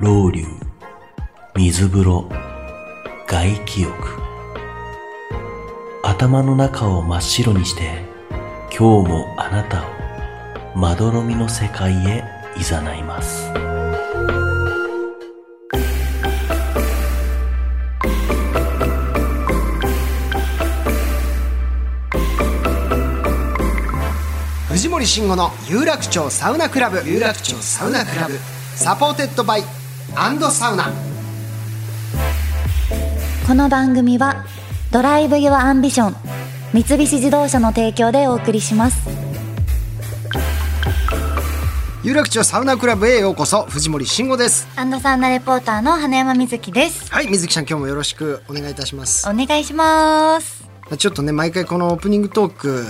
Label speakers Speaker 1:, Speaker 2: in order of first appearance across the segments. Speaker 1: 老流水風呂外気浴頭の中を真っ白にして今日もあなたをまどろみの世界へ誘います
Speaker 2: 藤森慎吾の有楽町サウナクラブ有楽町サウナクラブサポーテッドバイアンドサウナ
Speaker 3: この番組はドライブ・ユア・アンビション三菱自動車の提供でお送りします
Speaker 2: 有楽町サウナクラブへようこそ藤森慎吾です
Speaker 3: アンドサウナレポーターの花山瑞希です
Speaker 2: はい水木さん今日もよろしくお願いいたします
Speaker 3: お願いします
Speaker 2: ちょっとね毎回このオープニングトーク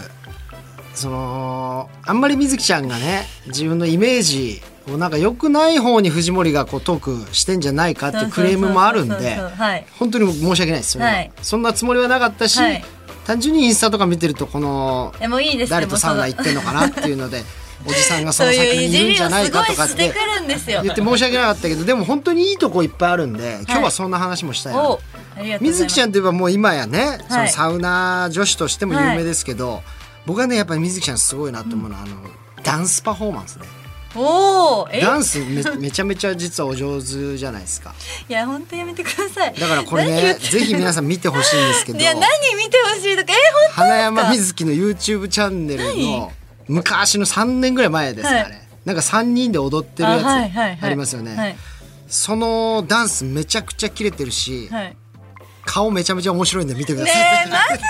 Speaker 2: そのあんまり水木ちゃんがね自分のイメージをなんか良くない方に藤森がこうトークしてんじゃないかっていうクレームもあるん
Speaker 4: そうそう
Speaker 2: で
Speaker 4: そうそうはい
Speaker 2: 本当に申し訳ないですよね、
Speaker 4: はい
Speaker 2: そんなつもりはなかったし、
Speaker 4: はい
Speaker 2: 単純にインスタとか見てるとこの
Speaker 4: でもいいです
Speaker 2: 誰とサウナ行ってんのかなっていうのでおじさんがその先にいるんじゃないかとかっ
Speaker 4: そういう
Speaker 2: て
Speaker 4: いじりをすごいしてくるんですよ
Speaker 2: 言って申し訳なかったけどでも本当にいいとこいっぱいあるんで今日はそんな話もしたいな、
Speaker 4: おありがとうござい
Speaker 2: 水
Speaker 4: ま
Speaker 2: 木
Speaker 4: す
Speaker 2: ちゃんといえばもう今やね、そ
Speaker 4: は
Speaker 2: の
Speaker 4: い
Speaker 2: サウナ女子としても有名ですけど、僕はねやっぱり水木ちゃんすごいなと思うのは、あのダンスパフォーマンスね
Speaker 4: おーえ
Speaker 2: ダンスめ めちゃめちゃ実はお上手じゃないですか
Speaker 4: いや本当やめてください
Speaker 2: だからこれねぜひ皆さん見てほしいんですけど
Speaker 4: いや何見てほしいとかえ本当
Speaker 2: 花山瑞希の YouTube チャンネルの昔の3年ぐらい前ですかね、
Speaker 4: はい
Speaker 2: なんか3人で踊ってるやつ
Speaker 4: あはいはいはい
Speaker 2: ありますよね、
Speaker 4: はい
Speaker 2: そのダンスめちゃくちゃキレてるし、
Speaker 4: はいね
Speaker 2: 顔めちゃめちゃ面白いんで見てください、
Speaker 4: えマジ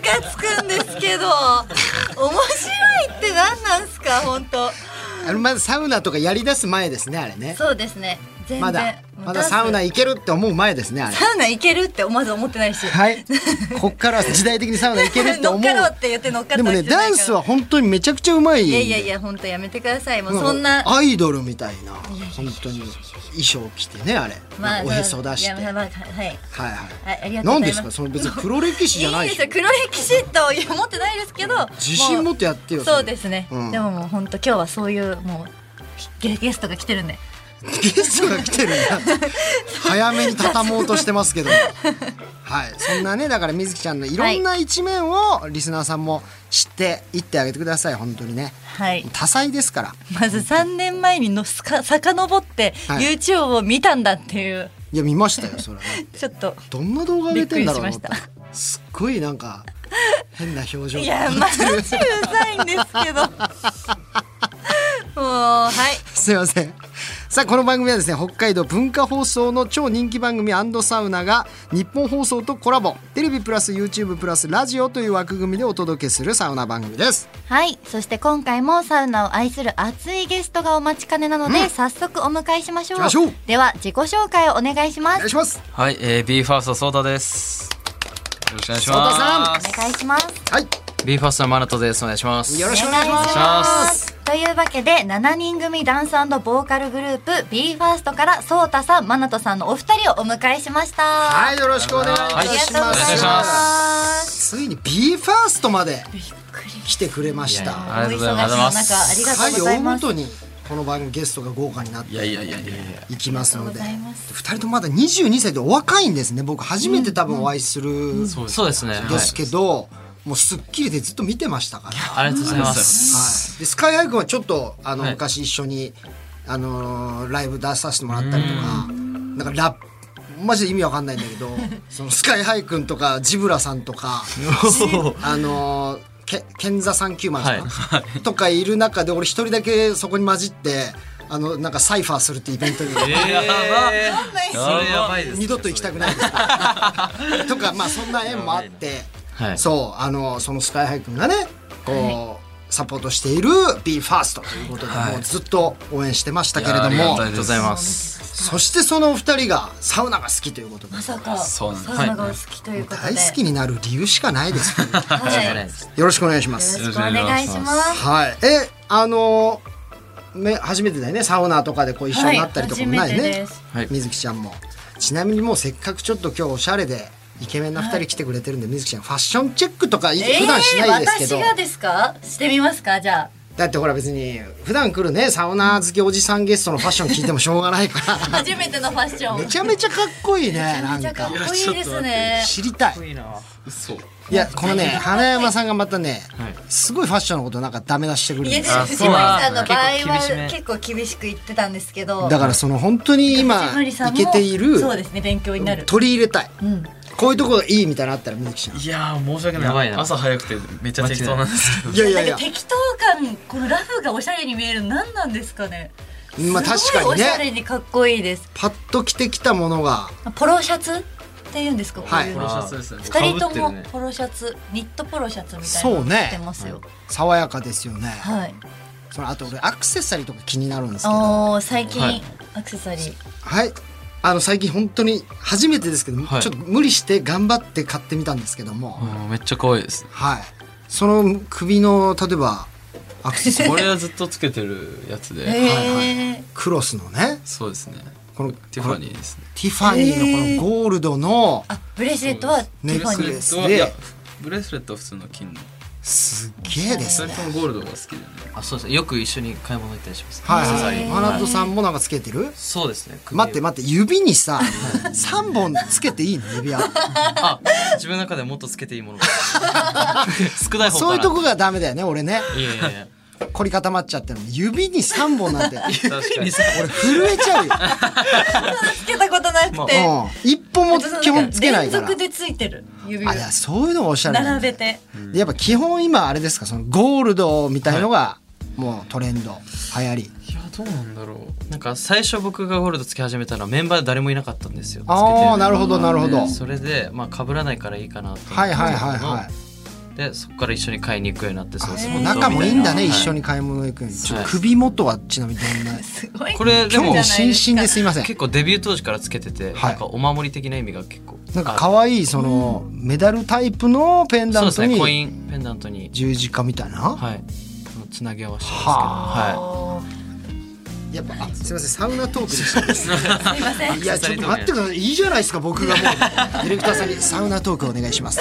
Speaker 4: でムカつくんですけど面白いって何なんすか本当
Speaker 2: あのまずサウナとかやりだす前ですねあれね
Speaker 4: そうですね全然
Speaker 2: まだ
Speaker 4: もう
Speaker 2: ま
Speaker 4: ダ
Speaker 2: だ
Speaker 4: ンス
Speaker 2: サウナ行けるって思う前ですねあれ
Speaker 4: サウナ行けるってまず思ってないし
Speaker 2: はいこっからは時代的にサウナ行けるって思う
Speaker 4: 乗っかろうって言って乗っかった
Speaker 2: でもね
Speaker 4: わけじゃな
Speaker 2: ダ
Speaker 4: いから
Speaker 2: ンスは本当にめちゃくちゃうまいん
Speaker 4: い
Speaker 2: で
Speaker 4: やいやいや本当やめてくださいもう
Speaker 2: もう
Speaker 4: そんな
Speaker 2: アイドルみたいな本当に衣装着てねあれ、なんかおへそ出して
Speaker 4: いやまあまあはい
Speaker 2: はいは
Speaker 4: ああり
Speaker 2: い。
Speaker 4: がと
Speaker 2: な
Speaker 4: うご
Speaker 2: ん
Speaker 4: ざいま
Speaker 2: です
Speaker 4: す
Speaker 2: か、その別に黒歴史じゃないい
Speaker 4: い
Speaker 2: でし
Speaker 4: です
Speaker 2: ょ
Speaker 4: よ。黒歴史とは思ってないですけど。
Speaker 2: 自信持ってやってよ
Speaker 4: もうそうですね。
Speaker 2: うん
Speaker 4: でももう本当今日はそういうもうゲゲストが来てるんで。
Speaker 2: ゲストが来てるんだ。早めに畳もうとしてますけども。はい、そんなね、だから水木ちゃんのいろんな一面をリスナーさんも知っていってあげてください。本当にね。
Speaker 4: はい。
Speaker 2: 多彩ですから。
Speaker 4: まず3年前にのすか遡って
Speaker 2: はい
Speaker 4: YouTube を見たんだっていう、
Speaker 2: いや、見ましたよ、それは。
Speaker 4: ちょっと
Speaker 2: どんな動画上げてんだろうと思った
Speaker 4: びっくり。
Speaker 2: すっごいなんか。変な表情。
Speaker 4: いやマジうざいんですけど もうはい
Speaker 2: すいません。さあこの番組はですね北海道文化放送の超人気番組サウナが日本放送とコラボテレビプラス YouTube プラスラジオという枠組みでお届けするサウナ番組です
Speaker 3: はいそして今回もサウナを愛する熱いゲストがお待ちかねなので、早速お迎えしましょう
Speaker 2: 行きましょう
Speaker 3: では自己紹介をお願いしま
Speaker 2: お願い
Speaker 3: す
Speaker 2: します
Speaker 5: はい、えー、ビーファーストソーダです。よろしくお願いし
Speaker 2: 太
Speaker 5: ま
Speaker 2: 田
Speaker 5: す。
Speaker 2: さ
Speaker 3: お願いします
Speaker 2: ん
Speaker 5: ビーファーストのマナトです。お願いします。
Speaker 2: よろしくお願いします
Speaker 5: お願いします
Speaker 3: というわけで7人組ダンスボーカルグループ BE:FIRST からソータさんマナトさんのお二人をお迎えしました、、
Speaker 2: はいいよろしくお願いい
Speaker 3: あ
Speaker 2: た
Speaker 3: り
Speaker 2: し
Speaker 3: が
Speaker 2: ま
Speaker 3: とうござ
Speaker 5: お願
Speaker 3: い
Speaker 5: し
Speaker 3: ま
Speaker 5: ます
Speaker 2: すついに BE:FIRST まで来てくれました
Speaker 5: いや
Speaker 2: は
Speaker 5: ありがとうございます
Speaker 3: お忙しい中あり
Speaker 2: い
Speaker 3: がと
Speaker 2: う
Speaker 3: ござい
Speaker 2: 大
Speaker 3: ま
Speaker 2: ご
Speaker 3: す、
Speaker 2: とにこの番組ゲストが豪華になって
Speaker 5: いやいやいやいやいや。
Speaker 2: いきますので二人ともまだ22歳でお若いんですね僕初めて多分お会いする、
Speaker 5: そうですね。はい。
Speaker 2: ですけど、もう『スッキリ』でずっと見てましたから、は
Speaker 5: ありがとうございます。
Speaker 2: い、でスカイハイ君はちょっとあの、
Speaker 5: はい
Speaker 2: 昔一緒に、あのーライブ出させてもらったりとかなんかラップマジで意味わかんないんだけ どそのスカイハイ君とかジブラさんとかあのーけケンザサンキューマンさん、
Speaker 5: は
Speaker 2: とかいる中で俺一人だけそこに混じってあのなんかサイファーするってイベン トに。
Speaker 5: やばい。それやばいです。
Speaker 2: 二度と行きたくないです とかまあそんな縁もあって、
Speaker 5: はい
Speaker 2: そうあのそのスカイハイ君がねこう、サポートしている BE:FIRST ということで、もうずっと応援してましたけれど
Speaker 5: ありが
Speaker 2: も
Speaker 5: とうございます。
Speaker 2: そしてそのお二人がサウナが好きということで
Speaker 4: まさかサ
Speaker 5: そう
Speaker 4: ウ
Speaker 5: なんです
Speaker 4: ナがお好きということで、
Speaker 2: 大好きになる理由しかない ですよね
Speaker 4: はい、
Speaker 2: よろしくお願いします
Speaker 4: よろしくお願いします
Speaker 2: はいえあのめ初めてだよねサウナとかでこう一緒になったりとかもないね、
Speaker 4: はい初めてです
Speaker 5: はい
Speaker 2: 水木ちゃんもちなみにもうせっかくちょっと今日おしゃれでイケメンな二人来てくれてるんで、水木ちゃんファッションチェックとかい
Speaker 4: え
Speaker 2: 普段しないですけど、
Speaker 4: ー、私がですかしてみますかじゃあ
Speaker 2: だってほら別に普段来るねサウナ好きおじさんゲストのファッション聞いてもしょうがないから
Speaker 4: 初めてのファッション
Speaker 2: めちゃめちゃかっこいいねな
Speaker 4: めちゃ
Speaker 2: ん
Speaker 4: かっ
Speaker 2: か
Speaker 4: こいいですね
Speaker 2: 知りたい
Speaker 5: 嘘
Speaker 2: いやこのね花山さんがまたね、
Speaker 5: い
Speaker 2: すごいファッションのことなんかダメ出してくるん
Speaker 4: 家
Speaker 2: で
Speaker 4: 出
Speaker 2: すよ
Speaker 5: あ
Speaker 4: 藤
Speaker 5: そう
Speaker 4: 森さ
Speaker 5: なんん
Speaker 4: の場
Speaker 5: だ
Speaker 4: 合
Speaker 5: 結構厳しめ
Speaker 4: は結構厳しく言ってたんですけど
Speaker 2: だからその本当に今
Speaker 4: 藤森さ
Speaker 2: イ
Speaker 4: んも
Speaker 2: けている
Speaker 4: そうですね勉強になる
Speaker 2: 取り入れたい、こういうところがいいみたいなのあったら水木ちゃん
Speaker 5: いやー申し訳ない
Speaker 6: やばいな
Speaker 5: 朝早くてめっちゃ適当なんです けど
Speaker 2: いやい
Speaker 4: な
Speaker 2: や
Speaker 4: ん
Speaker 2: い
Speaker 4: か
Speaker 2: や
Speaker 4: 適当感このラフがおしゃれに見えるの何なんですかね
Speaker 2: まあ確
Speaker 4: すごい
Speaker 2: か
Speaker 4: お
Speaker 2: に
Speaker 4: しゃ
Speaker 2: ね
Speaker 4: れにかっこいいです
Speaker 2: パッと着てきたものが
Speaker 4: ポロシャツっていうんですかこういう
Speaker 5: ポ
Speaker 4: の、
Speaker 5: ロシャツですね
Speaker 6: かぶ
Speaker 4: 二
Speaker 6: って
Speaker 4: 人
Speaker 6: るね
Speaker 4: ともポロシャツニットポロシャツみたいな
Speaker 2: そう
Speaker 4: の
Speaker 2: ね
Speaker 4: 着てますよ、
Speaker 2: 爽やかですよね、
Speaker 4: はい
Speaker 2: そのあと俺アクセサリーとか気になるんですけど
Speaker 4: あー最近、
Speaker 5: はい
Speaker 4: アクセサリー
Speaker 2: はいあの最近本当に初めてですけど、
Speaker 5: はい
Speaker 2: ちょっと無理して頑張って買ってみたんですけども、
Speaker 5: うんめっちゃ可愛いです
Speaker 2: はいその首の例えばアクセサリー
Speaker 5: これはずっとつけてるやつ
Speaker 4: へ
Speaker 5: で
Speaker 4: え、
Speaker 2: クロスのね
Speaker 5: そうですね
Speaker 2: この
Speaker 5: ティファニーですね
Speaker 2: ティファニーのこのゴールドの
Speaker 4: あブレスレットはテ
Speaker 2: ネ
Speaker 4: ィ
Speaker 2: ッ
Speaker 4: フ
Speaker 2: ク
Speaker 4: ァニ
Speaker 2: レ
Speaker 4: ー
Speaker 2: ス
Speaker 5: いや
Speaker 2: で
Speaker 5: ブレスレットは普通の金の
Speaker 2: すっげえです
Speaker 5: 二
Speaker 2: ね
Speaker 5: 人ともゴールドが好きでね
Speaker 6: あそうですねよく一緒に買い物行ったりします
Speaker 2: はい
Speaker 6: アクセサ
Speaker 2: は
Speaker 6: リー
Speaker 2: いマナトさんもなんかつけてる
Speaker 6: そうですね
Speaker 2: 待って
Speaker 6: 待
Speaker 2: 待って指にさ3本つけていいの指輪
Speaker 6: ってあ自分の中でもっとつけてい いものが少ない方かな
Speaker 2: そういうとこがダメだよね俺ね
Speaker 6: いやいやいや
Speaker 2: 凝り固まっちゃってるの指に3本なんて
Speaker 5: 確かに
Speaker 2: 俺震えちゃうよ、
Speaker 4: つけたことなくて、
Speaker 2: うん、一本も基本つけないから
Speaker 4: 連続でついてる指が
Speaker 2: あいやそういうのがおしゃれなんだ
Speaker 4: 並べて
Speaker 2: やっぱ基本今あれですかそのゴールドみたいのがもうトレンド流行り
Speaker 6: いやどうなんだろうなんか最初僕がゴールドつけ始めたらメンバー誰もいなかったんですよ
Speaker 2: ああな
Speaker 6: る
Speaker 2: るほどなるほどは
Speaker 6: で
Speaker 2: い
Speaker 6: それでまあ被らないからいいかなと思って
Speaker 2: はいはいは
Speaker 6: でそこから一緒に買いに行くようになってそうです
Speaker 2: い仲もいいんだね一緒
Speaker 6: に
Speaker 2: に買い物行くのにちょっ
Speaker 6: は
Speaker 2: と
Speaker 6: い
Speaker 2: 首元はちなみにどんな
Speaker 4: すごい
Speaker 6: これで
Speaker 2: 興
Speaker 6: も
Speaker 2: 味津々ですいません
Speaker 6: 結構デビュー当時からつけてて、
Speaker 2: はい
Speaker 6: なんかお守り的な意味が結構
Speaker 2: なんか
Speaker 6: あ
Speaker 2: 可愛いそのメダルタイプのペン
Speaker 6: そう
Speaker 2: ダ
Speaker 6: で
Speaker 2: ント
Speaker 6: すねコイ
Speaker 2: に
Speaker 6: ンペンダントに
Speaker 2: 十字架みたいな
Speaker 6: はいこのつなぎ合わせてますけどは
Speaker 2: はあやっぱあすいませんサウナトークでした
Speaker 4: すいません
Speaker 2: いやちょっと待ってくださいいいじゃないですか僕がもうディレクターさんにサウナトークお願いします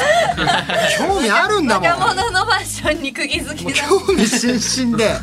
Speaker 2: 興味あるんだもん
Speaker 4: 若者のファッションに釘付けだ
Speaker 2: 興味津々で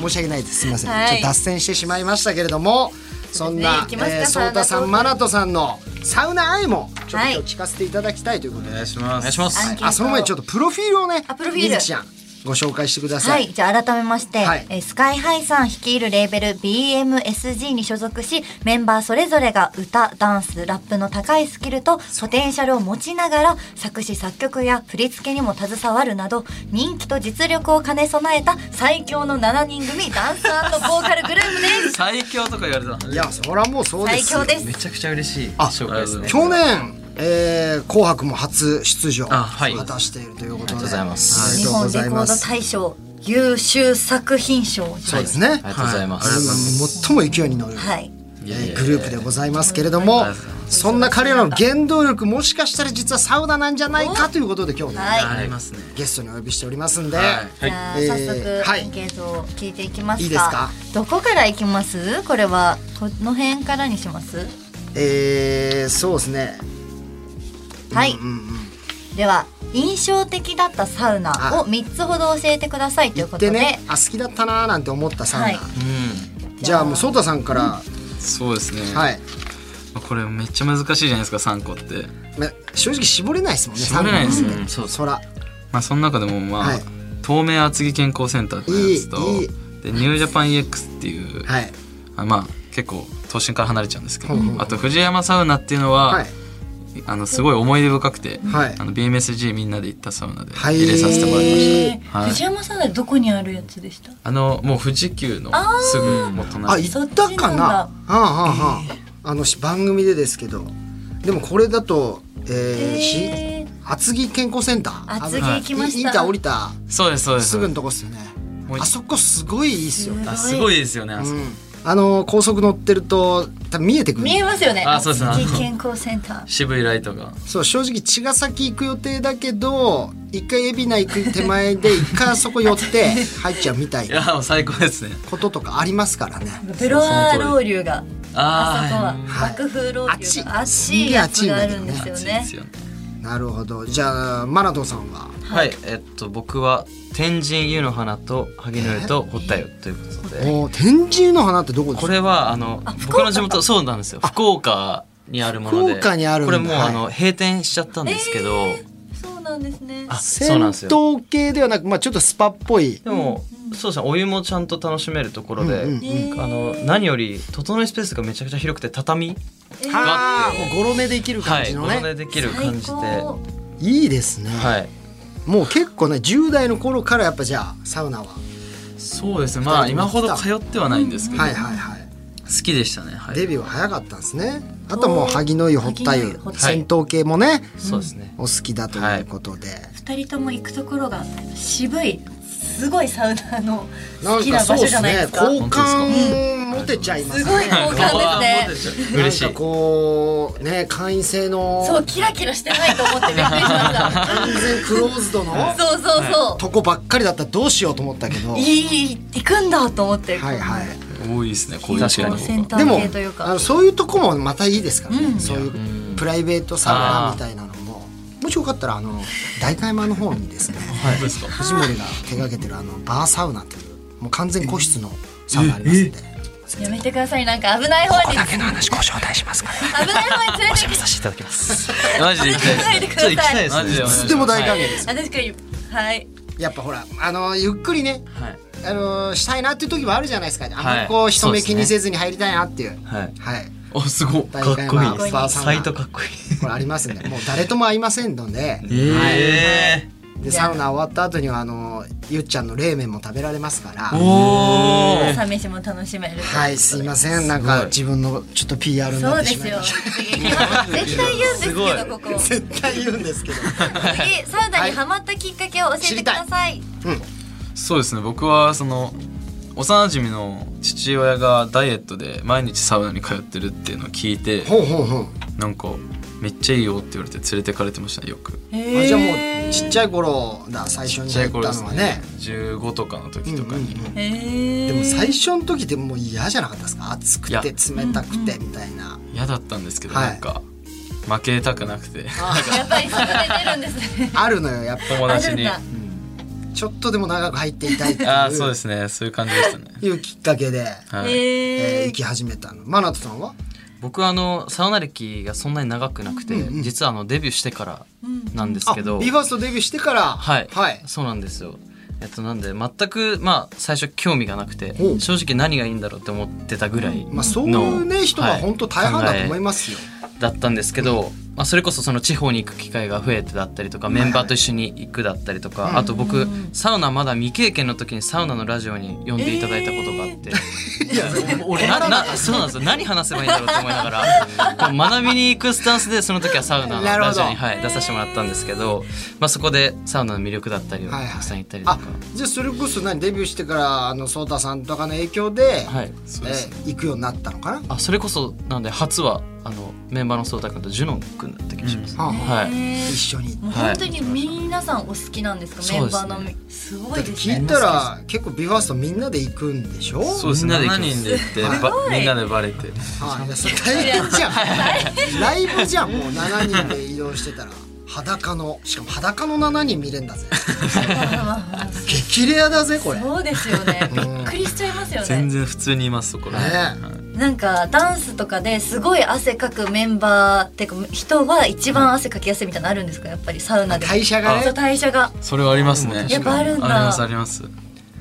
Speaker 2: 申し訳ないですすいません、
Speaker 4: はい
Speaker 2: ちょっと脱線してしまいましたけれどもそんな
Speaker 4: そうですね行きますか
Speaker 2: えー
Speaker 4: サ
Speaker 2: 颯太さ
Speaker 4: ウナトーク
Speaker 2: んマナトさんのサウナ愛もちょっと
Speaker 4: は
Speaker 2: 今
Speaker 4: い
Speaker 2: 日聞かせていただきたいということで、
Speaker 5: お願いしますお願いし
Speaker 6: ま
Speaker 4: アンケート
Speaker 2: あその前にちょっとプロフィールをね
Speaker 4: あプロフィール
Speaker 2: みずきちゃんご紹介してくださ、
Speaker 4: はいい、じゃあ改めまして、
Speaker 2: はい
Speaker 4: えースカイハイさん率いるレーベル BMSG に所属し、メンバーそれぞれが歌、ダンス、ラップの高いスキルとポテンシャルを持ちながら、作詞作曲や振り付けにも携わるなど、人気と実力を兼ね備えた最強の7人組ダンスボーカルグループです。
Speaker 5: 最強とか言われた
Speaker 2: い、やそりゃもうそうで
Speaker 4: 最
Speaker 2: すよ
Speaker 4: 強で
Speaker 6: い
Speaker 4: す
Speaker 6: め。ちゃくちゃ嬉しい
Speaker 2: あ
Speaker 6: 紹介ですね
Speaker 2: 去年、えー紅白も初出場を
Speaker 6: あはい
Speaker 2: 果たしているということで、
Speaker 6: ありがとうございます
Speaker 2: あり
Speaker 4: 日
Speaker 2: がとうご
Speaker 4: 本
Speaker 2: ざ
Speaker 4: レ
Speaker 2: い
Speaker 4: コー
Speaker 2: ま
Speaker 4: ド
Speaker 2: す
Speaker 4: 大賞優秀作品賞を受賞
Speaker 2: そうですね、
Speaker 6: ありがとうございま
Speaker 5: は
Speaker 6: す、
Speaker 2: 最も勢いに乗る、
Speaker 4: はい。
Speaker 2: えーグループでございますけれども、そんな彼らの原動力もしかしたら実はサウナなんじゃないかということで今日ね、
Speaker 4: はい。
Speaker 5: ありますね
Speaker 2: ゲストにお呼びしておりますんで、
Speaker 4: じゃあ、
Speaker 2: えー
Speaker 4: 早速
Speaker 2: は
Speaker 4: アン
Speaker 2: い
Speaker 4: ケートを聞いていきますか。
Speaker 2: いいですか
Speaker 4: どこからいきます？これはこの辺からにします。
Speaker 2: えー、そうですね
Speaker 4: はい。では印象的だったサウナを三つほど教えてくださいという
Speaker 2: 行
Speaker 4: こ
Speaker 2: っ
Speaker 4: とで、
Speaker 2: てねあ好きだったなーなんて思ったサウナ、
Speaker 4: はい
Speaker 2: じゃあもうソータさんから、
Speaker 5: そうですね、
Speaker 2: はい
Speaker 5: これめっちゃ難しいじゃないですか3個って
Speaker 2: ま正直絞れないですもんね
Speaker 5: 絞れないですね
Speaker 2: サウナなんて
Speaker 6: そう
Speaker 2: そら
Speaker 5: まあその中でもまあ、
Speaker 2: はい
Speaker 5: 透明厚木健康センターっていうやつと
Speaker 2: いいいい
Speaker 5: でニュージャパン EX っていう、
Speaker 2: はい
Speaker 5: あまあ結構都心から離れちゃうんですけど、
Speaker 2: ほうほう
Speaker 5: あと藤山サウナっていうのは、
Speaker 2: はい
Speaker 5: あのすごい思い出深くて、
Speaker 2: はい
Speaker 5: あの BMSG みんなで行ったサウナで
Speaker 2: はい
Speaker 5: 入れさせてもらいました、
Speaker 2: え
Speaker 5: はい
Speaker 4: 藤山さんはどこにあるやつでした？
Speaker 5: あのもう富士急のすぐもう
Speaker 2: あ
Speaker 5: 隣
Speaker 2: 行った
Speaker 4: そっ
Speaker 2: かなは
Speaker 4: ちなん
Speaker 2: あはあはああのし番組でですけどでもこれだとえー
Speaker 4: え
Speaker 2: ひ厚木健康センター
Speaker 4: 厚木行きました
Speaker 2: インインター降りた
Speaker 5: そうですそうです
Speaker 2: すぐのとこっすよね
Speaker 5: もう
Speaker 2: あそこすごいいいっすよ、
Speaker 5: あすごいですよねあそこ、
Speaker 2: うんあの高速乗ってると多分見えてくる
Speaker 4: 見えますよね
Speaker 6: あそうですね
Speaker 4: 厚木健康センター
Speaker 6: 渋いライトが
Speaker 2: そう正直茅ヶ崎行く予定だけど一回海老名行く手前 で一回あそこ寄って入っちゃうみたい
Speaker 6: い
Speaker 2: な
Speaker 6: やもう最高ですね
Speaker 2: こととかありますからね
Speaker 4: ブロワーロウリュがあそこは
Speaker 6: あ
Speaker 4: 爆風ロウリュ
Speaker 2: はい
Speaker 4: が熱いやつがあるんです
Speaker 6: あ
Speaker 4: よ
Speaker 6: 暑いで
Speaker 4: ね
Speaker 6: すよね
Speaker 2: なるほどじゃあマラドさんは
Speaker 6: はい、えっと僕は天神湯の花と萩の湯と堀田湯ということで
Speaker 2: おー天神の花ってどこです
Speaker 6: こ
Speaker 2: か
Speaker 6: れはあの僕の地元そうなんですよ福岡にあるもので
Speaker 2: 福岡にあるん
Speaker 6: こ
Speaker 2: だ
Speaker 6: れもうあの閉店しちゃったんですけど、
Speaker 4: そうなんですね
Speaker 6: あそうなん
Speaker 2: 銭
Speaker 6: ですよ
Speaker 2: 湯系ではなく、まあ、ちょっとスパっぽい
Speaker 6: でも、そうですねお湯もちゃんと楽しめるところで、
Speaker 2: うん
Speaker 6: あの何より整いスペースがめちゃくちゃ広くて畳
Speaker 2: はあもうゴロ寝できる感
Speaker 6: はい
Speaker 2: じ
Speaker 6: ご
Speaker 2: の
Speaker 6: ろ
Speaker 2: ね、
Speaker 6: 寝できる感じで
Speaker 4: 最高
Speaker 2: い、いですね、
Speaker 6: はい
Speaker 2: もう結構ね10代の頃からやっぱじゃあサウナは
Speaker 6: そうですねまあ今ほど通ってはないんですけど、
Speaker 2: はいはいはい
Speaker 6: 好きでしたねはい
Speaker 2: デビューは早かったんですねあともう萩の湯堀田
Speaker 4: 萩の
Speaker 2: 湯
Speaker 4: 湯堀
Speaker 6: 田湯
Speaker 2: 銭湯系もね、
Speaker 6: そうですね
Speaker 2: お好きだということで、
Speaker 4: 二人とも行くところが渋いすごいサウナの
Speaker 2: な
Speaker 4: 好
Speaker 2: ん
Speaker 4: き
Speaker 2: か
Speaker 4: な
Speaker 2: そ
Speaker 4: 場
Speaker 2: うで
Speaker 4: 所じ
Speaker 2: す
Speaker 4: ゃない
Speaker 2: ね
Speaker 4: ですか
Speaker 2: 好
Speaker 6: 本当ですか
Speaker 2: 感持てちゃいます
Speaker 4: す
Speaker 2: ね
Speaker 4: ごい好感ですね
Speaker 6: 嬉し
Speaker 2: ないんかこうね会員制の
Speaker 4: そうキラキラしてないと思ってびっくりしました
Speaker 2: 完全クローズドの
Speaker 4: そうそうそ
Speaker 2: とこばっかりだったらどうしようと思ったけど
Speaker 4: ういい行くんだと思って
Speaker 2: はいはい
Speaker 6: 多いですねこういう
Speaker 4: 健
Speaker 6: 確か
Speaker 4: 康セ
Speaker 6: に
Speaker 4: ンタ
Speaker 2: で
Speaker 4: ー
Speaker 2: も
Speaker 4: 系というか
Speaker 2: あのそういうとこもまたいいですからね、そういうプライベートサウナみたいなのももしよかったらあの代官山の方にですね
Speaker 6: はいですか
Speaker 2: 藤森が手がけてるあのバーサウナというもう完全個室のサウナありますんで
Speaker 4: やめてくださいなんか危ない方に危ない
Speaker 2: けの話ご招待しますから
Speaker 4: 方に連れてき
Speaker 6: させていただ きますマジで行きたいで
Speaker 4: 行か
Speaker 6: す
Speaker 4: ないでください
Speaker 6: ちょっと行きたいですね
Speaker 5: マジでお願
Speaker 2: い
Speaker 5: いし
Speaker 2: つ
Speaker 5: ま
Speaker 2: ですも大歓迎です、
Speaker 4: あ確かにはい
Speaker 2: やっぱほらあのゆっくりね
Speaker 6: はい
Speaker 2: あのしたいなっていう時もあるじゃないですか、あんまりこ
Speaker 6: は
Speaker 2: う
Speaker 6: い
Speaker 2: 人目気
Speaker 6: そうですね
Speaker 2: にせずに入りたいなっていう
Speaker 6: はい
Speaker 2: はい
Speaker 6: おすごい
Speaker 2: 大
Speaker 6: か
Speaker 2: 会
Speaker 6: っこいい
Speaker 2: まあ
Speaker 6: ですサイトかっこいい
Speaker 2: これありますんでもう誰とも会いませんの で
Speaker 6: え
Speaker 2: でサウナ終わった後にはあのゆっちゃんの冷麺も食べられますから
Speaker 6: ー、おー
Speaker 4: 朝飯も楽しめる
Speaker 2: はいすいませんなん
Speaker 6: す
Speaker 2: か
Speaker 6: ごい
Speaker 2: 自分のちょっと PR に
Speaker 4: そ
Speaker 2: な
Speaker 4: う
Speaker 2: っ
Speaker 4: で
Speaker 2: てしますい
Speaker 4: よ
Speaker 2: ました
Speaker 4: 次絶対言うんですけ
Speaker 6: すごい
Speaker 4: どここ
Speaker 2: 絶対言うんですけど
Speaker 4: 次サウナにハマったきっかけを教えてください
Speaker 5: そうですね僕はその幼馴染の父親がダイエットで毎日サウナに通ってるっていうのを聞いて
Speaker 2: ほうほうほう
Speaker 5: なんかめっちゃいいよって言われて連れてかれてましたねよく
Speaker 2: あじゃあもうちっちゃい頃だ最初に入ったのはね
Speaker 5: 15とかの時とかに、
Speaker 2: でも最初の時ってもう嫌じゃなかったですか暑くて
Speaker 5: いや
Speaker 2: 冷たくてみたいな
Speaker 5: 嫌だったんですけど、
Speaker 2: はい
Speaker 5: なんか負けたくなくて
Speaker 4: やっぱりそこで出るんですね
Speaker 2: あるのよやっぱ
Speaker 5: 友
Speaker 4: あ
Speaker 5: 達
Speaker 4: るん
Speaker 5: に
Speaker 4: だ
Speaker 5: あ
Speaker 2: ちょっとでも長く入っていたいってい
Speaker 5: あーそう
Speaker 2: う
Speaker 5: ですねそういう感じでしたね、
Speaker 2: いうきっかけで、
Speaker 5: はい
Speaker 2: えー、行き始めたのマナトさんは
Speaker 6: 僕はあのサウナ歴がそんなに長くなくて、実はあのデビューしてからなんです
Speaker 2: あ
Speaker 6: けど、
Speaker 2: ビーファーストデビューしてから
Speaker 6: はい、
Speaker 2: はい
Speaker 6: そうなんですよえっとなんで全くまあ最初興味がなくて
Speaker 2: ほう
Speaker 6: 正直何がいいんだろうって思ってたぐらいの、
Speaker 2: まあ、そういうね人が
Speaker 6: はい
Speaker 2: 本当大半だと思いますよ、
Speaker 6: だったんですけど、まあ、それこそその地方に行く機会が増えてだったりとかメンバーと一緒に行くだったりとかあと僕サウナまだ未経験の時にサウナのラジオに呼んでいただいたことがあって、 お俺ななそうなんですよ何話せばいいんだろうと思いな がらこう学びに行くスタンスでその時はサウナの
Speaker 2: なるほど
Speaker 6: ラジオに、はい、出させてもらったんですけど、まあ、そこでサウナの魅力だったりを
Speaker 2: はいはい
Speaker 6: たくさん行ったりとか。
Speaker 2: あじゃあそれこそ何デビューしてからあのソータさんとかの影響で、
Speaker 6: はい
Speaker 2: えー行くようになったのかな
Speaker 6: あそれこそなんで初はあのメンバーの颯太君とジュノン君だった気がします、
Speaker 2: はあは
Speaker 6: はい
Speaker 2: 一緒に
Speaker 4: もう本当に皆さんお好きなんですか、
Speaker 6: そう
Speaker 4: メ
Speaker 6: で
Speaker 4: ン
Speaker 6: す
Speaker 4: バ
Speaker 6: ね
Speaker 4: ーのみすご
Speaker 2: だ
Speaker 4: い
Speaker 2: って
Speaker 4: です
Speaker 2: 聞
Speaker 4: ね
Speaker 2: いたら結構ビーファーストみんなで行くんでしょ
Speaker 5: そうですね
Speaker 6: みんな
Speaker 5: 7
Speaker 6: で行きます
Speaker 5: 人で行ってばみんなでバレて
Speaker 2: はいいやそれ大変じゃんライブじゃんもう7人で移動してたら裸のしかも裸の7人見れんだぜ激レアだぜこれね
Speaker 4: そうですよねびっくりしちゃいますよ
Speaker 5: 全
Speaker 4: ね
Speaker 5: 然普通にいますそこら、
Speaker 4: なんかダンスとかですごい汗かくメンバーってか人は一番汗かきやすいみたいなのあるんですかやっぱりサウナで
Speaker 2: 代謝が
Speaker 4: そ
Speaker 2: ね
Speaker 4: う代謝が
Speaker 5: それはありますね
Speaker 4: やっぱあるんだ
Speaker 5: ありますあります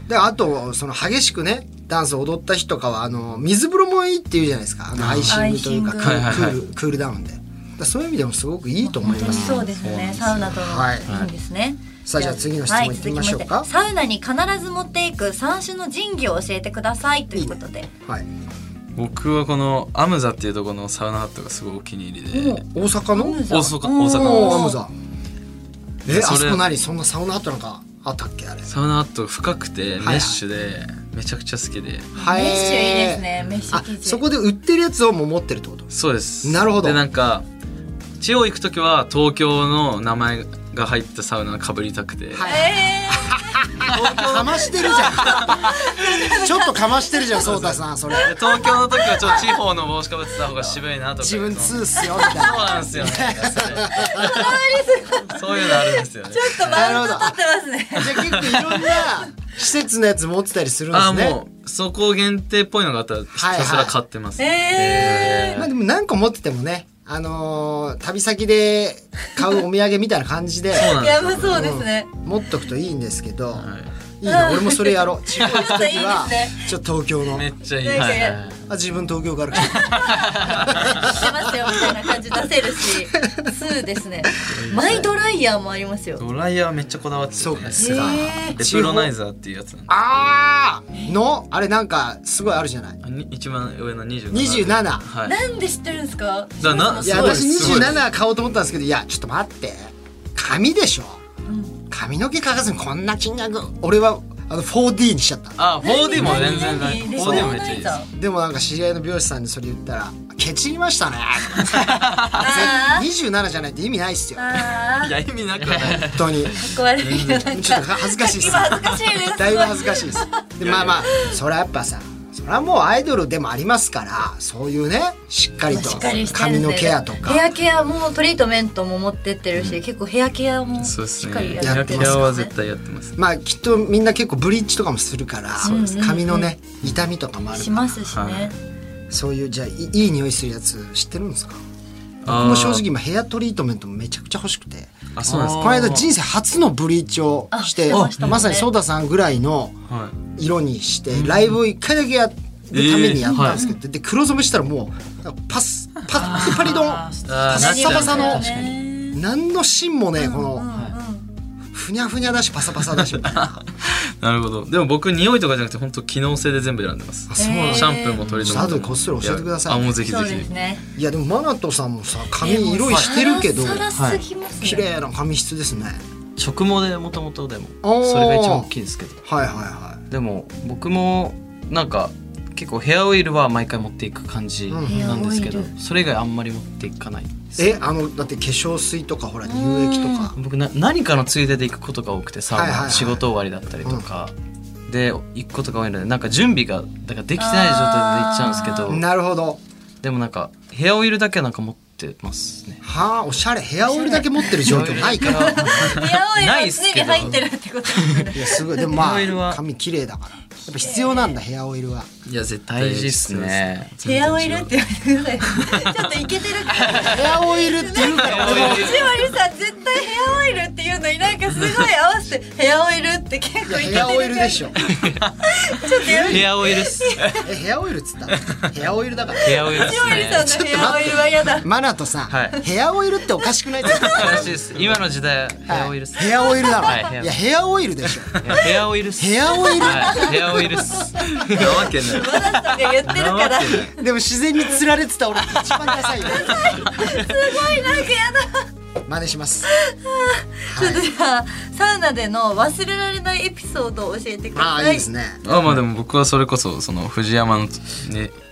Speaker 2: であとその激しくねダンスを踊った日とかはあの水風呂もいいっていうじゃないですかあのアイシングというかク
Speaker 4: アイ
Speaker 2: ー
Speaker 4: シング
Speaker 2: ル,、
Speaker 5: はいはいはい
Speaker 2: クールクールダウンでだからそういう意味でもすごくいいと思い
Speaker 4: 本当
Speaker 2: ま
Speaker 4: に
Speaker 2: す
Speaker 4: そうですねサウナとの
Speaker 2: はい
Speaker 4: いいですね、
Speaker 2: さあじゃあ次の質問いってみましょうか
Speaker 4: は、
Speaker 2: はい
Speaker 4: 続きしてサウナに必ず持っていく三種の神器を教えてくださいということで
Speaker 2: い、
Speaker 5: 僕はこのアムザっていうところのサウナハットがすごいお気に入りで
Speaker 2: 大阪の
Speaker 5: 大阪大阪
Speaker 2: おーア
Speaker 5: の
Speaker 2: ムザえ
Speaker 5: そ
Speaker 2: あ
Speaker 5: れ
Speaker 2: そこ何そんなサウナハットなんかあったっけあれ
Speaker 5: サウナハット深くてメッシュで、めちゃくちゃ好きで
Speaker 2: は
Speaker 4: メッシュいいで
Speaker 2: ね。
Speaker 4: すねメッシュ
Speaker 2: あ
Speaker 4: 生地
Speaker 2: そこで売ってるやつをもう持ってるってこと
Speaker 5: そうです
Speaker 2: なるほど
Speaker 5: でなんか地方行く時は東京の名前が入ったサウナかぶりたくて、
Speaker 4: え
Speaker 2: かましてるじゃんちょっとかましてるじゃん颯太さんそれ
Speaker 5: で東京の時はちょっと地方の帽子かぶってた方が渋いなとか
Speaker 2: 自分
Speaker 5: そう
Speaker 2: 2っすよみたいな
Speaker 5: なんですよねそういうのあるんですよね
Speaker 4: ー、ちょっとマウント取
Speaker 2: な
Speaker 4: ってますね
Speaker 2: じゃあ結構いろんな施設のやつ持ってたりするんで
Speaker 5: あ
Speaker 2: す
Speaker 5: あ
Speaker 2: ね
Speaker 5: もうそこ限定っぽいのがあったらひたすら買ってます、
Speaker 4: え
Speaker 2: まあでも何個持っててもねあのー旅先で買うお土産みたいな感じで
Speaker 5: そうな
Speaker 4: ー、
Speaker 5: んで
Speaker 4: や
Speaker 5: すよ
Speaker 4: ばそうですね、
Speaker 2: 持っとくといいんですけど、いいな俺もそれやろう地方行く時は
Speaker 4: いいです
Speaker 2: ちょっと東京の
Speaker 5: めっちゃいい、
Speaker 4: なんか
Speaker 5: はいはい
Speaker 2: あ自分東京から来た
Speaker 4: 知ってますよみたいな感じ出せるし2ですねマイドライヤーもありますよ
Speaker 5: ドライヤーめっちゃこだわってて、
Speaker 2: そう
Speaker 5: ね
Speaker 2: か、
Speaker 4: え
Speaker 5: エプロナイザーっていうやつなんで
Speaker 2: あーのあれなんかすごいあるじゃない
Speaker 5: あに一番上の27
Speaker 2: 27
Speaker 5: はい
Speaker 4: なんで知ってるんですか
Speaker 5: だない
Speaker 2: や
Speaker 5: すごい
Speaker 2: 私
Speaker 5: すごい
Speaker 2: 27買おうと思ったんですけどいやちょっと待って髪でしょ、髪の毛かかずにこんな金額俺はあの 4D にしちゃった
Speaker 5: あ 4D も全然ない
Speaker 4: 何
Speaker 5: 4D
Speaker 4: レ
Speaker 5: も
Speaker 4: ストラン
Speaker 5: めっちゃいいです
Speaker 4: ライザー
Speaker 2: でもなんか知り合いの美容師さんにそれ言ったら「ケチりましたね」27じゃないって意味ないっすよ
Speaker 4: あ
Speaker 5: いや意味なくはない
Speaker 2: 本当に
Speaker 4: ー壊れるよなん
Speaker 2: ちょっ
Speaker 4: か
Speaker 2: と恥ずかしいっす
Speaker 4: 今恥ずかしいです
Speaker 2: だいぶ恥ずかしいですでまあまあそれはやっぱさそれはもうアイドルでもありますからそういうねしっかりと
Speaker 4: しっかりしてるんで
Speaker 2: 髪のケアとか
Speaker 4: ヘアケアもトリートメントも持ってってるし、結構ヘアケアも
Speaker 5: そうです
Speaker 4: しっかり
Speaker 5: ね
Speaker 4: や
Speaker 5: ヘ
Speaker 4: っ
Speaker 5: ア
Speaker 4: て
Speaker 5: ケ
Speaker 4: ます
Speaker 5: ア
Speaker 4: か
Speaker 5: は
Speaker 4: ら
Speaker 5: 絶
Speaker 4: ね
Speaker 5: 対やってます
Speaker 2: まあきっとみんな結構ブリーチとかもするから髪のね痛みとかもある
Speaker 4: し
Speaker 2: から
Speaker 4: ますしね、
Speaker 5: はい
Speaker 2: そういうじゃあいいい匂いするやつ知ってるんですか僕
Speaker 5: あー
Speaker 2: も正直今ヘアトリートメントもめちゃくちゃ欲しくて
Speaker 5: あそうなんです
Speaker 2: こ
Speaker 5: か
Speaker 2: の間人生初のブリーチをして
Speaker 4: あしてましたもんね
Speaker 2: まさにソダさんぐらいの
Speaker 5: は
Speaker 2: 色にしてライブを一回だけやるためにやったんですけど、で黒染めしたらもうパスパッパリドン
Speaker 5: い
Speaker 2: パ
Speaker 5: あ
Speaker 2: ッサパサの
Speaker 5: なっちゃうね
Speaker 2: 何の芯もねこのふにゃふにゃだしパサパサだしみたいな
Speaker 5: なるほどでも僕匂いとかじゃなくて本当機能性で全部選んでますシャンプーも取り
Speaker 2: ちょっと後でこっそり教えてください
Speaker 5: あもうぜひぜ
Speaker 4: そうで
Speaker 5: ひ
Speaker 4: すね
Speaker 2: いやでもマナトさんもさ髪色いしてるけど
Speaker 4: サラサラすぎますね
Speaker 2: 綺麗な髪質ですね
Speaker 6: 直毛でもともとでも
Speaker 2: おー
Speaker 6: それが一番大きいですけど
Speaker 2: はいはいは
Speaker 6: でも僕もなんか結構ヘアオイルは毎回持っていく感じなんですけど、それ以外あんまり持っていかないです
Speaker 2: いえあのだって化粧水とかほら乳液とか
Speaker 6: 僕な何かのついでで行くことが多くてサウナ、
Speaker 2: はいはいはい
Speaker 6: 仕事終わりだったりとか、で行くことが多いのでなんか準備がだからできてない状態で行っちゃうんですけど
Speaker 2: なるほど
Speaker 6: でもなんかヘアオイルだけはなんか持ってますね。
Speaker 2: はあおしゃれヘアオイルだけ持ってる状況ないから
Speaker 4: ヘアオイル
Speaker 6: な
Speaker 4: が
Speaker 6: いっす
Speaker 4: 常
Speaker 6: け
Speaker 4: に
Speaker 6: ど
Speaker 4: 入ってるってことです ね
Speaker 2: いやすごいでもま
Speaker 6: ヘアオイル
Speaker 2: あ
Speaker 6: は
Speaker 2: 髪綺麗だからやっぱ必要なんだヘアオイルはい
Speaker 5: や絶対
Speaker 6: 大事っすね。
Speaker 4: ヘアオイルって言われてくださいちょっとイケてるから
Speaker 2: ヘアオイルって言うから俺も
Speaker 4: 藤森さん絶対ヘアオイルっていうのになんかすごい合わせてヘアオイルって結構イケてる
Speaker 2: ヘアオイルでし
Speaker 4: ょ
Speaker 2: ょ
Speaker 6: ヘアオイルっす。
Speaker 2: えヘアオイルっつったのヘアオイルだから
Speaker 6: ヘアオイルっす
Speaker 4: 藤森
Speaker 6: ね。
Speaker 4: さんのヘアオイルは嫌だ
Speaker 2: マナとさ、
Speaker 6: はい
Speaker 2: ヘアオイルっておかしくないですか
Speaker 6: 正しいです。今の時代はヘアオイルっす。
Speaker 2: ヘアオイルだろ、
Speaker 6: はい
Speaker 2: い、
Speaker 6: ヘア
Speaker 2: やヘアオイルでしょ
Speaker 6: いやヘアオイルっす。
Speaker 2: ヘアオイル
Speaker 6: はいヘアオイルっす。
Speaker 5: なわけない
Speaker 4: マナさんが言ってる
Speaker 5: な
Speaker 4: か
Speaker 5: わ
Speaker 4: ら
Speaker 5: け
Speaker 4: す
Speaker 5: ない
Speaker 2: でも自然に釣られてた俺一番ダサいよ
Speaker 4: ごいなんか嫌だ
Speaker 2: 真似します
Speaker 4: ちょっとじゃあサウナでの忘れられないエピソードを教えてくだ
Speaker 2: ああ
Speaker 4: さい
Speaker 2: いいですね
Speaker 5: あまあでも僕はそれこそその藤山のに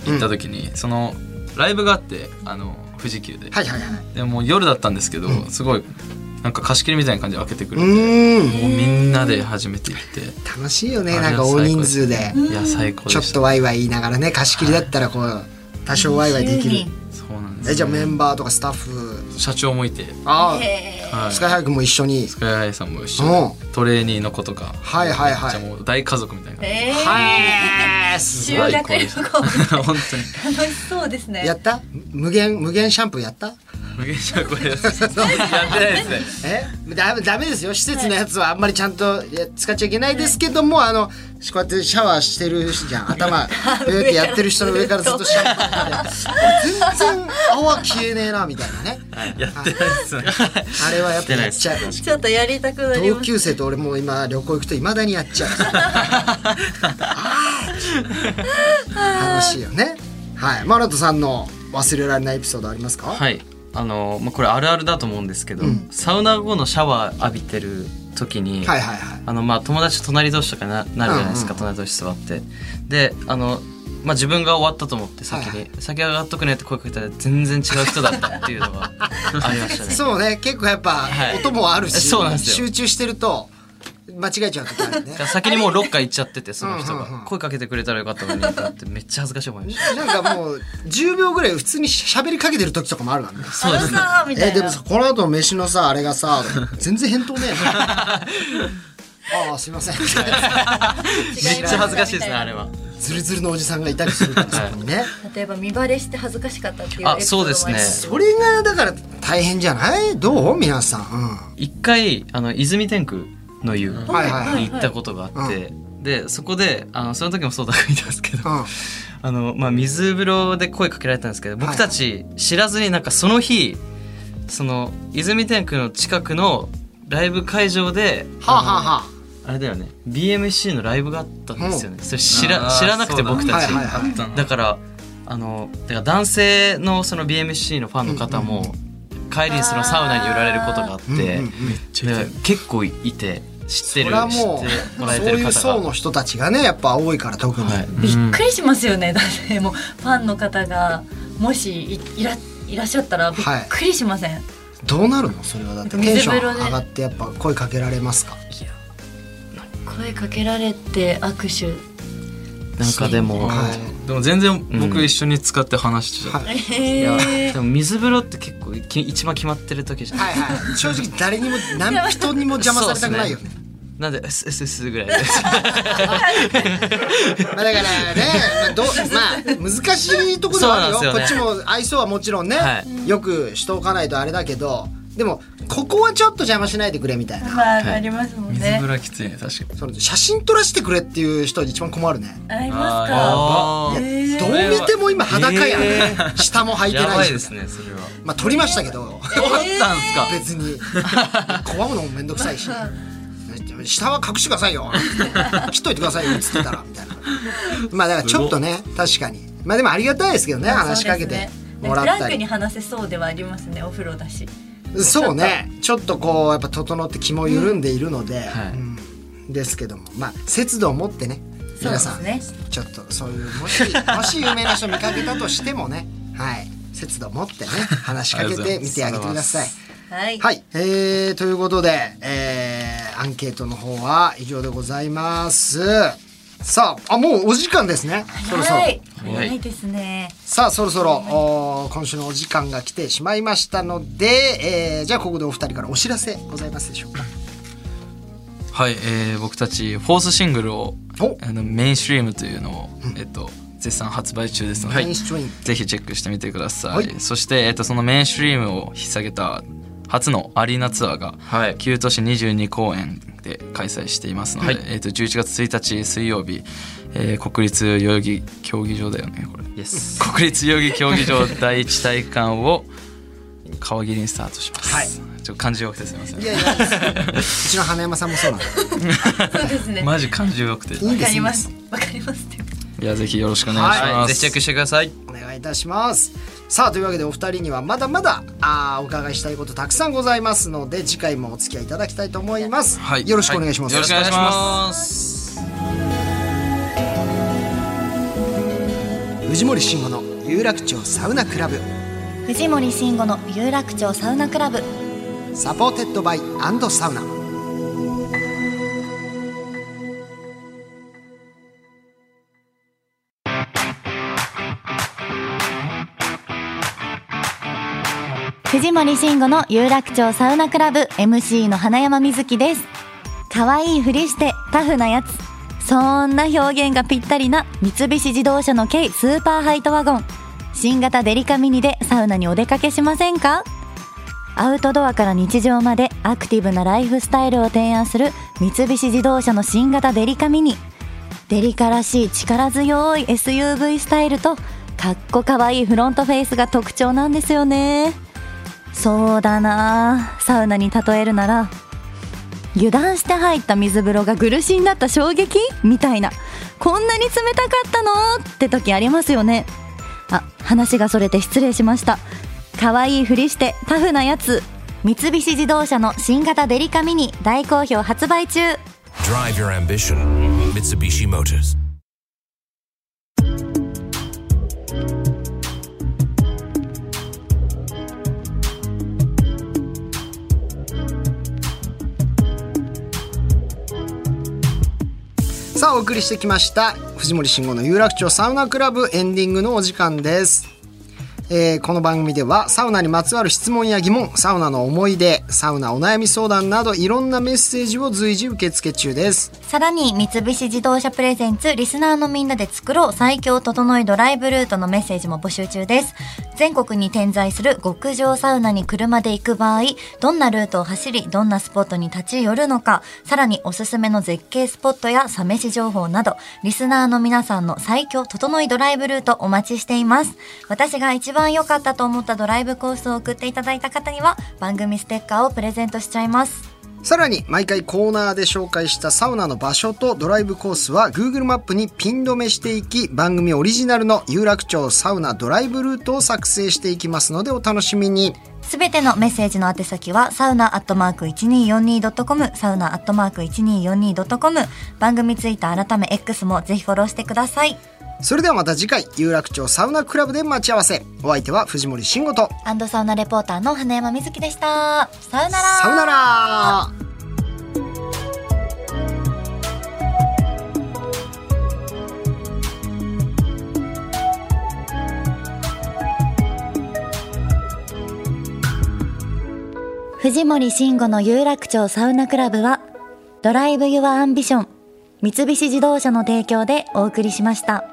Speaker 5: 行った時に、そのライブがあってあの富士急で、
Speaker 2: はいはいはい
Speaker 5: でもう夜だったんですけど、すごいなんか貸し切りみたいな感じで開けてくれ
Speaker 2: う
Speaker 5: て、
Speaker 2: ーん
Speaker 5: もうみんなで初めて行って、
Speaker 2: 楽しいよねな
Speaker 5: あれは
Speaker 2: んか大人数で
Speaker 5: 最高したいや最高で
Speaker 2: ちょ
Speaker 5: し
Speaker 2: ったとワイワイ言いながらね貸し切りだったらこう多少ワイワイできる
Speaker 5: そうなんです
Speaker 2: えじゃあメンバーとかスタッフ
Speaker 5: 社長もいて、
Speaker 2: ああ
Speaker 5: はい、
Speaker 2: ス
Speaker 5: ス
Speaker 2: カイハイクも一緒に
Speaker 5: カイハイさんも一緒
Speaker 2: う
Speaker 5: にトレーニーの子とか
Speaker 2: はいはいはい
Speaker 5: じゃあもう大家族みたいな感じ
Speaker 4: えー
Speaker 2: はいす
Speaker 4: 修学旅行
Speaker 5: 本当に
Speaker 4: 楽しそうですね
Speaker 2: やった無限無限シャンプーやった
Speaker 5: 無限者これやってないですね
Speaker 2: えだダメですよ施設のやつはあんまりちゃんといや使っちゃいけないですけども、あのこうやってシャワーしてるじゃん 頭こうやってやってる人の上からずっとシャワーして全然泡消えねえなみたいなね
Speaker 5: やってないですね
Speaker 2: あれはやっぱやっちゃう
Speaker 4: ちょっとやりたくなり
Speaker 2: 同
Speaker 4: ます
Speaker 2: 級生と俺もう今旅行行くといまだにやっ ちゃうあー楽しいよねはいマナトさんの忘れられないエピソードありますか、
Speaker 6: はい。あのまあこれあるあるだと思うんですけど、サウナ後のシャワー浴びてる時に、
Speaker 2: はいはいはい。
Speaker 6: あのまあ友達と隣同士とかななるじゃないですか、
Speaker 2: う
Speaker 6: 隣同士座ってであの、まあ、自分が終わったと思って先
Speaker 2: はい
Speaker 6: に「先上がっとくね」って声かけたら全然違う人だったっていうのがありましたね
Speaker 2: そうね、結構やっぱ
Speaker 6: はい
Speaker 2: 音もあるし、
Speaker 6: そうなんですよ
Speaker 2: 集中してると間違えちゃう時あるね
Speaker 6: だか。ら先にもうロッカー行っちゃっててその人
Speaker 2: うんうんう
Speaker 6: が
Speaker 2: ん
Speaker 6: 声かけてくれたらよかったのにってなってめっちゃ恥ずかしい思いました
Speaker 2: なんかもう10秒ぐらい普通に喋りかけてる時とかもあるからね。
Speaker 6: そうですね
Speaker 4: さあみた
Speaker 2: え
Speaker 4: い
Speaker 2: で
Speaker 4: な
Speaker 2: もさこの後の飯のさあれがさ全然返答 ねえなああすいません
Speaker 6: めっちゃ恥ずかしいですねあれは
Speaker 2: ズルズルのおじさんがいたりするからそこにね
Speaker 4: 例えば見バレして恥ずかしかったっていうエピ
Speaker 6: あ
Speaker 4: ソ
Speaker 6: そう
Speaker 4: ードもあり
Speaker 6: で
Speaker 4: ます
Speaker 6: ね
Speaker 2: それがだから大変じゃないどう皆さん、
Speaker 6: 一回あの泉天空の湯に
Speaker 2: うん、はいはいはい
Speaker 6: 行ったことがあってでそこであのその時もそうだがいたんですけど
Speaker 2: うん
Speaker 6: あの、まあ、水風呂で声かけられたんですけど僕たち知らずになんかその日その泉天空の近くのライブ会場で
Speaker 2: はあ、はあは
Speaker 6: あれだよね BMC のライブがあったんですよねそれ知ら
Speaker 5: あー
Speaker 6: 知らなく
Speaker 5: そ
Speaker 6: て
Speaker 5: うだ
Speaker 6: 僕たち
Speaker 2: はいはいはい
Speaker 5: あったな
Speaker 6: だからあのだから男性のその BMC のファンの方も帰りにそのサウナに寄られることがあっ
Speaker 2: うんうん
Speaker 6: て
Speaker 2: うん
Speaker 6: で結構いて知って
Speaker 2: そ
Speaker 6: る
Speaker 2: れはも
Speaker 6: 知っても
Speaker 2: う
Speaker 6: らえ
Speaker 2: そう
Speaker 6: てる
Speaker 2: いう層
Speaker 6: 方が
Speaker 2: の。人たちがねやっぱ多いから特に、
Speaker 6: はい
Speaker 4: びっくりしますよね、だってもうファンの方がもしいいらいらっしゃったらびっくりしません、
Speaker 2: どうなるのそれはだってテンション上がってやっぱ声かけられますか
Speaker 4: 声かけられて握手
Speaker 6: なんかでも、
Speaker 2: はい
Speaker 5: でも全然
Speaker 6: う
Speaker 5: 僕
Speaker 6: ん
Speaker 5: 一緒に使って話してた、
Speaker 2: はい
Speaker 6: い
Speaker 4: へ
Speaker 6: や
Speaker 4: ー
Speaker 6: でも水風呂って結構き一番決まってる時じゃない、
Speaker 2: はいはい正直誰にも何人にも邪魔されたくないよね
Speaker 6: なんで「うすうすうす」ぐら いで
Speaker 2: まあだからね、まあ、どう まあ難しいところではあるよ
Speaker 6: そうなん
Speaker 2: こ
Speaker 6: で
Speaker 2: っ
Speaker 6: す
Speaker 2: ち
Speaker 6: よね
Speaker 2: も愛想はもちろんね、
Speaker 6: は
Speaker 2: よくしておかないとあれだけどでもここはちょっと邪魔しないでくれみたいな
Speaker 4: まあありますもん
Speaker 5: 水
Speaker 4: ね
Speaker 5: 風呂はきついね確かに
Speaker 2: その写真撮らせてくれっていう人一番困るね
Speaker 4: ありますか
Speaker 5: あ
Speaker 6: あ
Speaker 5: ー
Speaker 6: ー
Speaker 4: え
Speaker 2: どう見ても今裸やん、
Speaker 6: え
Speaker 2: 下も履いて
Speaker 6: や
Speaker 2: な
Speaker 6: ば
Speaker 2: い
Speaker 6: い
Speaker 2: し、
Speaker 6: ですねそれは
Speaker 2: まあ撮りましたけど
Speaker 5: どうだったんですか、
Speaker 2: 別に拒むのもめんどくさいし下は隠してくださいよ切っといてくださいよつってたらみたいなまあだからちょっとね確かにまあでもありがたいですけどね話しかけてもらっ
Speaker 4: フラ
Speaker 2: た
Speaker 4: ンクに
Speaker 2: り
Speaker 4: 話せそうではありますねお風呂だし
Speaker 2: そうねちょっとこうやっぱ整って気も緩んでいるので、
Speaker 6: はい
Speaker 2: うんですけどもまあ節度を持ってね皆さん
Speaker 4: そうですね
Speaker 2: ちょっとそういうもしもし有名な人見かけたとしてもねはい節度を持ってね話しかけてみてあげてください。
Speaker 4: はい、
Speaker 2: はい、えー、ということで、えー、アンケートの方は以上でございます。さあ、あ、もうお時間ですね。そろそろ。
Speaker 4: はい
Speaker 6: い
Speaker 4: 早いですね
Speaker 2: さあ、そろそろ、おー今週のお時間が来てしまいましたので、えー、じゃあここでお二人からお知らせございますでしょう か。
Speaker 5: はい、えー僕たちフォースシングルを
Speaker 2: お
Speaker 5: あのメインストリームというのを、えっと絶賛発売中ですので、
Speaker 2: メインストリーム
Speaker 5: ぜひチェックしてみてください、
Speaker 2: はい
Speaker 5: そして、えっとそのメインストリームを引っ提げた初のアリーナツアーが
Speaker 6: はい
Speaker 5: 9都市22公演で開催していますので、
Speaker 6: はい
Speaker 5: えっと11月1日水曜日、えー国立代々木競技場だよねこれ
Speaker 6: イエス
Speaker 5: 国立代々木競技場第一体育館を川切りにスタートします、
Speaker 2: はい
Speaker 5: ちょっと感じ弱くてすみません
Speaker 2: いやいや、うちの花山さんもそうなんで。
Speaker 4: そうですねわ
Speaker 5: マジ感じ弱くて
Speaker 2: いいんで
Speaker 4: か
Speaker 2: す
Speaker 4: り
Speaker 2: いいん
Speaker 4: ま
Speaker 2: ですす。
Speaker 4: わかりますって
Speaker 5: いやぜひよろしくお願いします、
Speaker 6: はいぜひチェックしてください
Speaker 2: お願いいたしますさあというわけでお二人にはまだまだあーお伺いしたいことたくさんございますので次回もお付き合いいただきたいと思います、
Speaker 5: はい
Speaker 2: よろしくお願いします、
Speaker 5: よろしくお願いします
Speaker 2: 藤森慎吾の有楽町サウナクラブ
Speaker 3: 藤森慎吾の有楽町サウナクラブ
Speaker 2: サポーテッドバイサウナ
Speaker 3: 藤森慎吾の有楽町サウナクラブ MC の花山瑞希です可愛いふりしてタフなやつそんな表現がぴったりな三菱自動車の軽スーパーハイトワゴン新型デリカミニでサウナにお出かけしませんかアウトドアから日常までアクティブなライフスタイルを提案する三菱自動車の新型デリカミニデリカらしい力強い SUV スタイルとかっこかわいいフロントフェイスが特徴なんですよねそうだなあサウナに例えるなら油断して入った水風呂が苦しんだった衝撃みたいなこんなに冷たかったのって時ありますよねあ話がそれて失礼しました可愛いふりしてタフなやつ三菱自動車の新型デリカミニ大好評発売中
Speaker 7: Drive your ambition. Mitsubishi Motors.
Speaker 2: さあお送りしてきました藤森慎吾の有楽町サウナクラブエンディングのお時間です、えーこの番組ではサウナにまつわる質問や疑問サウナの思い出サウナお悩み相談などいろんなメッセージを随時受付中です
Speaker 3: さらに三菱自動車プレゼンツリスナーのみんなで作ろう最強整いドライブルートのメッセージも募集中です全国に点在する極上サウナに車で行く場合どんなルートを走りどんなスポットに立ち寄るのかさらにおすすめの絶景スポットやサメシ情報などリスナーの皆さんの最強整いドライブルートお待ちしています私が一番良かったと思ったドライブコースを送っていただいた方には番組ステッカーをプレゼントしちゃいます
Speaker 2: さらに毎回コーナーで紹介したサウナの場所とドライブコースは Google マップにピン止めしていき番組オリジナルの有楽町サウナドライブルートを作成していきますのでお楽しみに
Speaker 3: すべてのメッセージの宛先は、サウナアットマーク 1242.com、サウナアットマーク 1242.com、番組ツイッター改め X もぜひフォローしてください。
Speaker 2: それではまた次回有楽町サウナクラブで待ち合わせお相手は藤森慎吾と
Speaker 3: アンドサウナレポーターの花山瑞希でした。さようなら。
Speaker 2: さよなら
Speaker 3: 藤森慎吾の有楽町サウナクラブは、ドライブ・ユア・アンビション、三菱自動車の提供でお送りしました。